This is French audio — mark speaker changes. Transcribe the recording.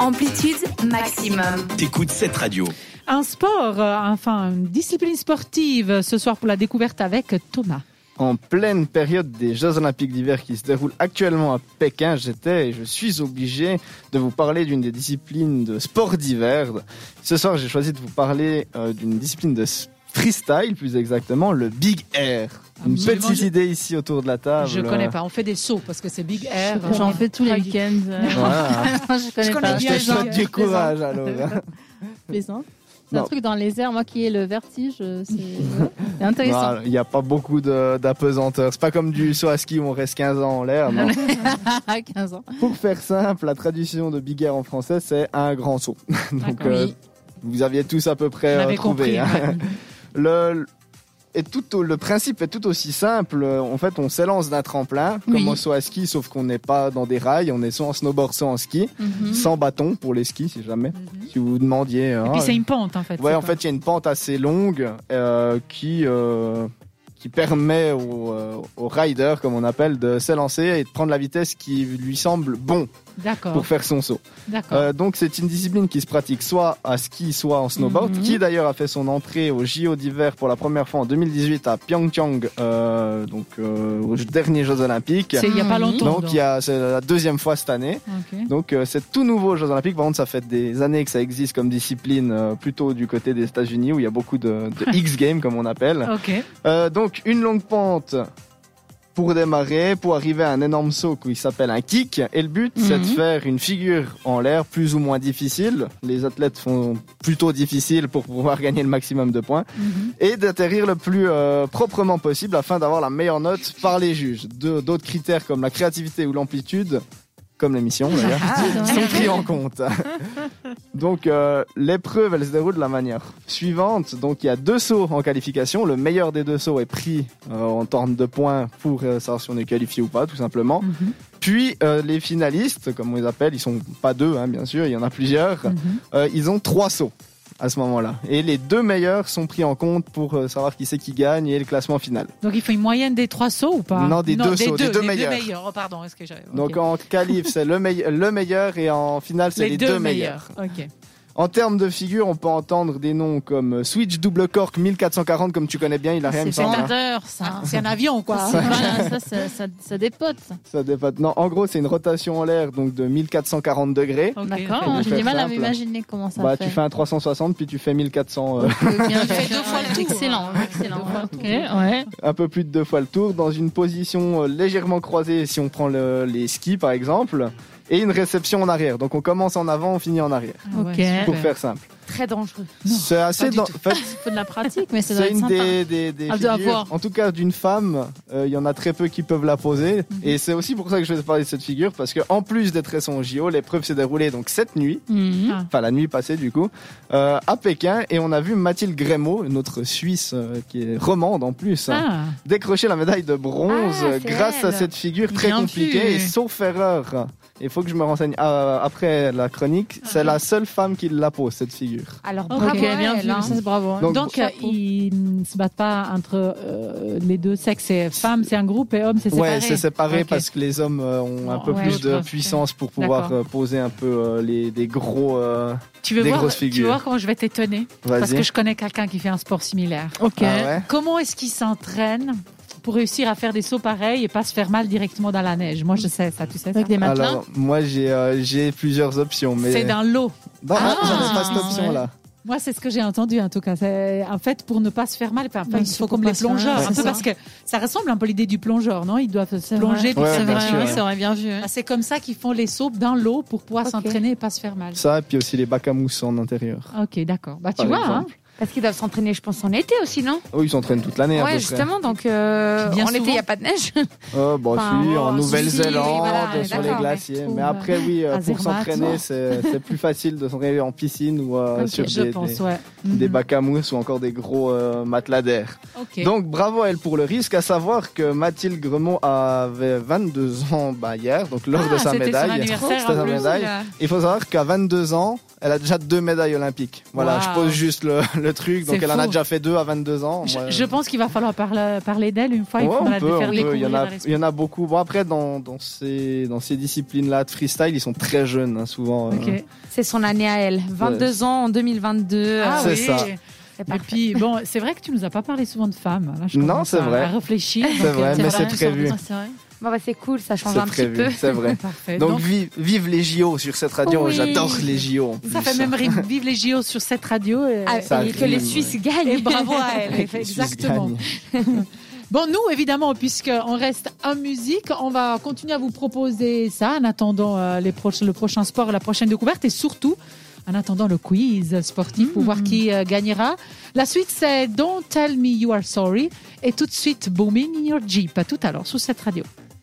Speaker 1: Amplitude maximum.
Speaker 2: T'écoutes cette radio.
Speaker 3: Un sport, euh, enfin une discipline sportive euh, ce soir pour la découverte avec Thomas.
Speaker 4: En pleine période des Jeux Olympiques d'hiver qui se déroulent actuellement à Pékin, j'étais et je suis obligé de vous parler d'une des disciplines de sport d'hiver. Ce soir, j'ai choisi de vous parler euh, d'une discipline de s- freestyle, plus exactement, le Big Air. Une
Speaker 3: Ah, Absolument,
Speaker 4: petite
Speaker 3: je-
Speaker 4: idée ici autour de la table.
Speaker 3: Je connais pas, on fait des sauts parce que c'est Big Air.
Speaker 5: J'en fais tous les
Speaker 3: Tragique.
Speaker 5: week-ends. euh,
Speaker 4: Voilà.
Speaker 5: je connais
Speaker 3: Je connais Ah,
Speaker 4: Je
Speaker 5: pas.
Speaker 3: bien
Speaker 4: te
Speaker 3: les gens
Speaker 4: souhaite
Speaker 3: qui
Speaker 4: du courage alors.
Speaker 5: Plaisante. C'est un
Speaker 4: Non.
Speaker 5: truc dans les airs, moi qui ai le vertige, euh, c'est ouais, c'est intéressant.
Speaker 4: Voilà, Il n'y a pas beaucoup de- d'apesanteur. C'est pas comme du saut à ski où on reste 15 ans en l'air. non.
Speaker 5: à 15 ans.
Speaker 4: Pour faire simple, la traduction de Big Air en français, c'est un grand saut. Donc,
Speaker 3: D'accord.
Speaker 4: euh,
Speaker 3: Oui,
Speaker 4: vous aviez tous à peu près
Speaker 3: je
Speaker 4: euh,
Speaker 3: l'avais
Speaker 4: trouvé.
Speaker 3: compris.
Speaker 4: hein.
Speaker 3: ouais.
Speaker 4: Le, et tout, au- le principe est tout aussi simple. Euh, En fait, on s'élance d'un tremplin,
Speaker 5: Oui.
Speaker 4: comme un saut à ski, sauf qu'on n'est pas dans des rails. On est soit en snowboard, soit en ski,
Speaker 5: Mhm.
Speaker 4: sans bâton pour les skis, si jamais.
Speaker 3: Mhm.
Speaker 4: Si vous vous demandiez.
Speaker 3: Et
Speaker 4: hein,
Speaker 3: puis c'est une pente en fait.
Speaker 4: Ouais,
Speaker 3: c'est
Speaker 4: en
Speaker 3: pas-
Speaker 4: fait, il y a une pente assez longue euh, qui, euh, qui permet au, euh, au rider, comme on appelle, de s'élancer et de prendre la vitesse qui lui semble bon
Speaker 3: D'accord,
Speaker 4: pour faire son saut.
Speaker 3: d'accord.
Speaker 4: Euh, donc, c'est une discipline qui se pratique soit à ski, soit en snowboard,
Speaker 3: Mhm.
Speaker 4: qui d'ailleurs a fait son entrée au JO d'hiver pour la première fois en 2018 à Pyeongchang, euh, donc euh, aux derniers Jeux Olympiques.
Speaker 3: C'est il y a pas
Speaker 5: Mhm.
Speaker 3: longtemps.
Speaker 4: Donc, il y a- c'est la deuxième fois cette année.
Speaker 3: Ok.
Speaker 4: Donc euh, c'est tout nouveau aux Jeux Olympiques. Par contre, ça fait des années que ça existe comme discipline, euh, plutôt du côté des États-Unis où il y a beaucoup de, de X Games comme on appelle.
Speaker 3: Ok.
Speaker 4: Euh, donc une longue pente pour démarrer, pour arriver à un énorme saut qui s'appelle un kick. Et le but, c'est de
Speaker 5: Mhm.
Speaker 4: faire une figure en l'air plus ou moins difficile. Les athlètes font plutôt difficile pour pouvoir gagner le maximum de points
Speaker 3: Mhm.
Speaker 4: et d'atterrir le plus euh, proprement possible afin d'avoir la meilleure note par les juges. De- D'autres critères comme la créativité ou l'amplitude, comme l'émission d'ailleurs, sont pris en compte. Donc euh, l'épreuve, elle se déroule de la manière suivante. Donc il y a deux sauts en qualification. Le meilleur des deux sauts est pris euh, en termes de points pour euh, savoir si on est qualifié ou pas, tout simplement.
Speaker 3: Mhm.
Speaker 4: Puis euh, les finalistes, comme on les appelle, ils sont pas deux, hein, bien sûr, il y en a plusieurs.
Speaker 3: Mhm.
Speaker 4: Euh, ils ont trois sauts à ce moment-là. Et les deux meilleurs sont pris en compte pour euh, savoir qui c'est qui gagne et le classement final.
Speaker 3: Donc il faut une moyenne des trois sauts ou pas
Speaker 4: Non, des deux sauts, des deux meilleurs.
Speaker 3: Oh, pardon, est-ce que j'avais. ok.
Speaker 4: Donc en qualif, c'est le, meille- le meilleur et en finale, c'est les, deux, meilleurs.
Speaker 3: Ok.
Speaker 4: En termes de figure, on peut entendre des noms comme euh, Switch Double Cork 1440, comme tu connais bien, il a rien, il me
Speaker 5: C'est
Speaker 4: semble. hein.
Speaker 5: vendeur, ça.
Speaker 3: C'est un avion quoi.
Speaker 5: Voilà, ça, ça, ça, ça dépote.
Speaker 4: Ça dépasse- Non, en gros, c'est une rotation en l'air donc de 1440 degrés.
Speaker 3: Ok.
Speaker 5: D'accord,
Speaker 4: on
Speaker 5: j'ai
Speaker 4: fait
Speaker 5: du mal à
Speaker 4: simple.
Speaker 5: m'imaginer comment ça
Speaker 4: bah,
Speaker 5: fait.
Speaker 4: tu fais un 360 puis tu fais 1400, euh,
Speaker 5: Bien
Speaker 3: Tu fais
Speaker 5: fait.
Speaker 3: deux fois le tour.
Speaker 5: Excellent, excellent. Ok, ouais.
Speaker 4: un peu plus de deux fois le tour dans une position euh, légèrement croisée si on prend le- les skis par exemple et une réception en arrière. Donc on commence en avant, on finit en arrière.
Speaker 3: Ah ouais,
Speaker 5: Ok.
Speaker 3: super.
Speaker 4: pour faire simple.
Speaker 5: Très dangereux.
Speaker 3: Non,
Speaker 4: C'est assez
Speaker 3: du
Speaker 4: dans-
Speaker 3: tout.
Speaker 4: en fait,
Speaker 5: Il faut de la pratique, mais ça doit
Speaker 4: c'est
Speaker 5: être
Speaker 4: une
Speaker 5: sympa.
Speaker 4: des, des, des
Speaker 5: Ah, de
Speaker 4: figures,
Speaker 5: avoir.
Speaker 4: en tout cas d'une femme, euh, il y en a très peu qui peuvent la poser. Et c'est aussi pour ça que je vais te parler de cette figure, parce que en plus d'être elles sont au JO, l'épreuve s'est déroulée donc cette nuit,
Speaker 5: Mhm.
Speaker 4: enfin la nuit passée du coup, euh, à Pékin, et on a vu Mathilde Grémaud, notre Suisse euh, qui est romande en plus, hein,
Speaker 3: Ah,
Speaker 4: décrocher la médaille de bronze
Speaker 1: Ah,
Speaker 4: euh,
Speaker 1: c'est
Speaker 4: grâce à
Speaker 1: elle.
Speaker 4: cette figure très
Speaker 3: Bien vu.
Speaker 4: compliquée et sauf erreur. Il faut que je me renseigne euh, après la chronique. C'est la seule femme qui la pose, cette figure.
Speaker 1: Alors,
Speaker 3: Ok,
Speaker 1: bravo
Speaker 5: Ok,
Speaker 1: à
Speaker 5: bien
Speaker 1: elle,
Speaker 5: vu,
Speaker 1: hein.
Speaker 5: ça c'est bravo. hein.
Speaker 4: Donc,
Speaker 3: Donc, euh, ils ne se battent pas entre euh, les deux sexes. C'est femmes, c'est un groupe et hommes, c'est séparé.
Speaker 4: Ouais, c'est séparé
Speaker 3: Ok.
Speaker 4: parce que les hommes euh, ont un
Speaker 3: Oh,
Speaker 4: peu
Speaker 3: ouais,
Speaker 4: plus
Speaker 3: je
Speaker 4: de
Speaker 3: pense que-
Speaker 4: puissance pour pouvoir
Speaker 3: D'accord.
Speaker 4: euh, poser un peu euh, les des gros. euh,
Speaker 3: Tu veux
Speaker 4: Des
Speaker 3: voir,
Speaker 4: grosses
Speaker 3: tu veux
Speaker 4: figures.
Speaker 3: voir comment je vais t'étonner Parce
Speaker 4: Vas-y.
Speaker 3: que je connais quelqu'un qui fait un sport similaire.
Speaker 5: Ok.
Speaker 4: Ah ouais.
Speaker 3: Comment est-ce qu'ils s'entraînent pour réussir à faire des sauts pareils et pas se faire mal directement dans la neige Moi, je sais ça, tu sais. ça
Speaker 5: Avec des matelas.
Speaker 4: Alors moi j'ai euh, j'ai plusieurs options, mais
Speaker 3: C'est dans l'eau.
Speaker 4: Bah,
Speaker 5: Ah,
Speaker 4: j'avais pas cette
Speaker 5: ouais.
Speaker 4: option là.
Speaker 3: Moi, c'est ce que j'ai entendu en tout cas. C'est- En fait, pour ne pas se faire mal, enfin,
Speaker 5: Oui,
Speaker 3: il
Speaker 5: c'est
Speaker 3: faut
Speaker 5: pour
Speaker 3: comme
Speaker 5: pas
Speaker 3: les
Speaker 5: se faire
Speaker 3: plongeurs,
Speaker 5: mal,
Speaker 3: un peu
Speaker 5: c'est
Speaker 3: parce que ça ressemble un peu à l'idée du plongeur, non Ils doivent se
Speaker 5: C'est
Speaker 3: plonger
Speaker 5: vrai.
Speaker 3: pour
Speaker 4: Ouais,
Speaker 3: se
Speaker 5: C'est
Speaker 4: bien
Speaker 3: faire
Speaker 5: vrai,
Speaker 4: sûr,
Speaker 3: mal.
Speaker 5: ouais,
Speaker 4: hein.
Speaker 5: c'est vrai, bien vu. hein.
Speaker 3: Ah, C'est comme ça qu'ils font les sauts dans l'eau pour pouvoir
Speaker 5: Ok.
Speaker 3: s'entraîner et pas se faire mal.
Speaker 4: Ça puis aussi les bacs à mousse en intérieur.
Speaker 3: Ok, d'accord. Bah, tu
Speaker 4: Par
Speaker 3: vois, hein.
Speaker 4: exemple.
Speaker 1: Parce qu'ils doivent s'entraîner, je pense, en été aussi, non
Speaker 4: Oh, ils s'entraînent toute l'année. à peu
Speaker 1: Ouais,
Speaker 4: près.
Speaker 1: justement. Donc, euh,
Speaker 3: Bien
Speaker 1: en été, il
Speaker 3: souvent.
Speaker 1: n'y a pas de neige.
Speaker 4: Euh, bon,
Speaker 1: Enfin,
Speaker 4: si,
Speaker 1: oh,
Speaker 4: en
Speaker 1: si,
Speaker 4: Nouvelle-Zélande,
Speaker 1: si, voilà,
Speaker 4: sur les
Speaker 1: d'accord,
Speaker 4: glaciers.
Speaker 5: mais
Speaker 4: Mais,
Speaker 5: tout,
Speaker 4: après, oui, euh,
Speaker 3: à
Speaker 4: pour
Speaker 3: Zermatt,
Speaker 4: s'entraîner,
Speaker 3: non.
Speaker 4: c'est c'est plus facile de s'entraîner en piscine ou euh,
Speaker 5: Ok,
Speaker 4: sur
Speaker 3: je
Speaker 4: des,
Speaker 3: pense,
Speaker 4: des,
Speaker 3: ouais.
Speaker 4: des
Speaker 3: Mhm.
Speaker 4: bacs à mousse ou encore des gros euh, matelas d'air.
Speaker 3: Ok.
Speaker 4: Donc bravo à elle pour le risque, à savoir que Mathilde Gremont avait 22 ans bah, hier, donc lors
Speaker 3: Ah,
Speaker 4: de sa
Speaker 3: c'était Son
Speaker 4: médaille.
Speaker 3: anniversaire
Speaker 4: C'était
Speaker 3: en
Speaker 4: sa
Speaker 3: plus.
Speaker 4: médaille. Il faut savoir qu'à 22 ans, elle a déjà deux médailles olympiques. Voilà,
Speaker 3: Wow.
Speaker 4: je pose juste le, le le truc.
Speaker 3: C'est
Speaker 4: Donc elle en a
Speaker 3: fou.
Speaker 4: déjà fait deux à 22 ans.
Speaker 3: Je,
Speaker 4: Moi, euh,
Speaker 3: je pense qu'il va falloir parler, parler d'elle une fois.
Speaker 4: Ouais,
Speaker 3: il faudra
Speaker 4: on
Speaker 3: lui
Speaker 4: peut, on
Speaker 3: faire
Speaker 4: peut. Il y
Speaker 3: découvrir
Speaker 4: en a,
Speaker 3: la respect.
Speaker 4: il y en a beaucoup. Bon après dans, dans ces dans ces disciplines là de freestyle, ils sont très jeunes hein, souvent. euh.
Speaker 3: Ok.
Speaker 1: C'est son année à elle. 22 ans en 2022.
Speaker 3: Ah
Speaker 4: C'est
Speaker 3: oui.
Speaker 4: ça.
Speaker 1: c'est
Speaker 3: Et
Speaker 1: parfait.
Speaker 3: puis, bon, c'est vrai que tu nous as pas parlé souvent de femmes. Là, je
Speaker 4: Non,
Speaker 3: commence
Speaker 4: c'est
Speaker 3: à-
Speaker 4: vrai.
Speaker 3: À réfléchir.
Speaker 4: C'est
Speaker 3: Donc,
Speaker 4: vrai,
Speaker 3: euh,
Speaker 4: mais
Speaker 3: voilà.
Speaker 4: c'est prévu.
Speaker 2: C'est vrai.
Speaker 1: Bon, bah, c'est cool, ça change
Speaker 4: C'est
Speaker 1: un petit
Speaker 4: prévu,
Speaker 1: peu.
Speaker 4: c'est vrai.
Speaker 3: Parfait.
Speaker 4: Donc,
Speaker 3: Donc,
Speaker 4: vive, vive les JO sur cette radio.
Speaker 1: Oui.
Speaker 4: J'adore les JO. en
Speaker 3: ça
Speaker 4: plus.
Speaker 3: fait même rire. vive les JO sur cette radio. euh,
Speaker 1: Ah,
Speaker 4: Ça
Speaker 1: et
Speaker 4: rime,
Speaker 1: que les
Speaker 4: ouais.
Speaker 1: Suisses gagnent.
Speaker 3: Et bravo à
Speaker 4: Que
Speaker 3: elle.
Speaker 4: les Suisses
Speaker 3: Exactement.
Speaker 4: gagnent.
Speaker 3: Bon, nous, évidemment, puisqu'on reste en musique, on va continuer à vous proposer ça en attendant euh, les proches- le prochain sport, la prochaine découverte et surtout en attendant le quiz sportif pour voir qui euh, gagnera. La suite, c'est Don't Tell Me You Are Sorry et tout de suite Booming in Your Jeep. À tout à l'heure sous cette radio.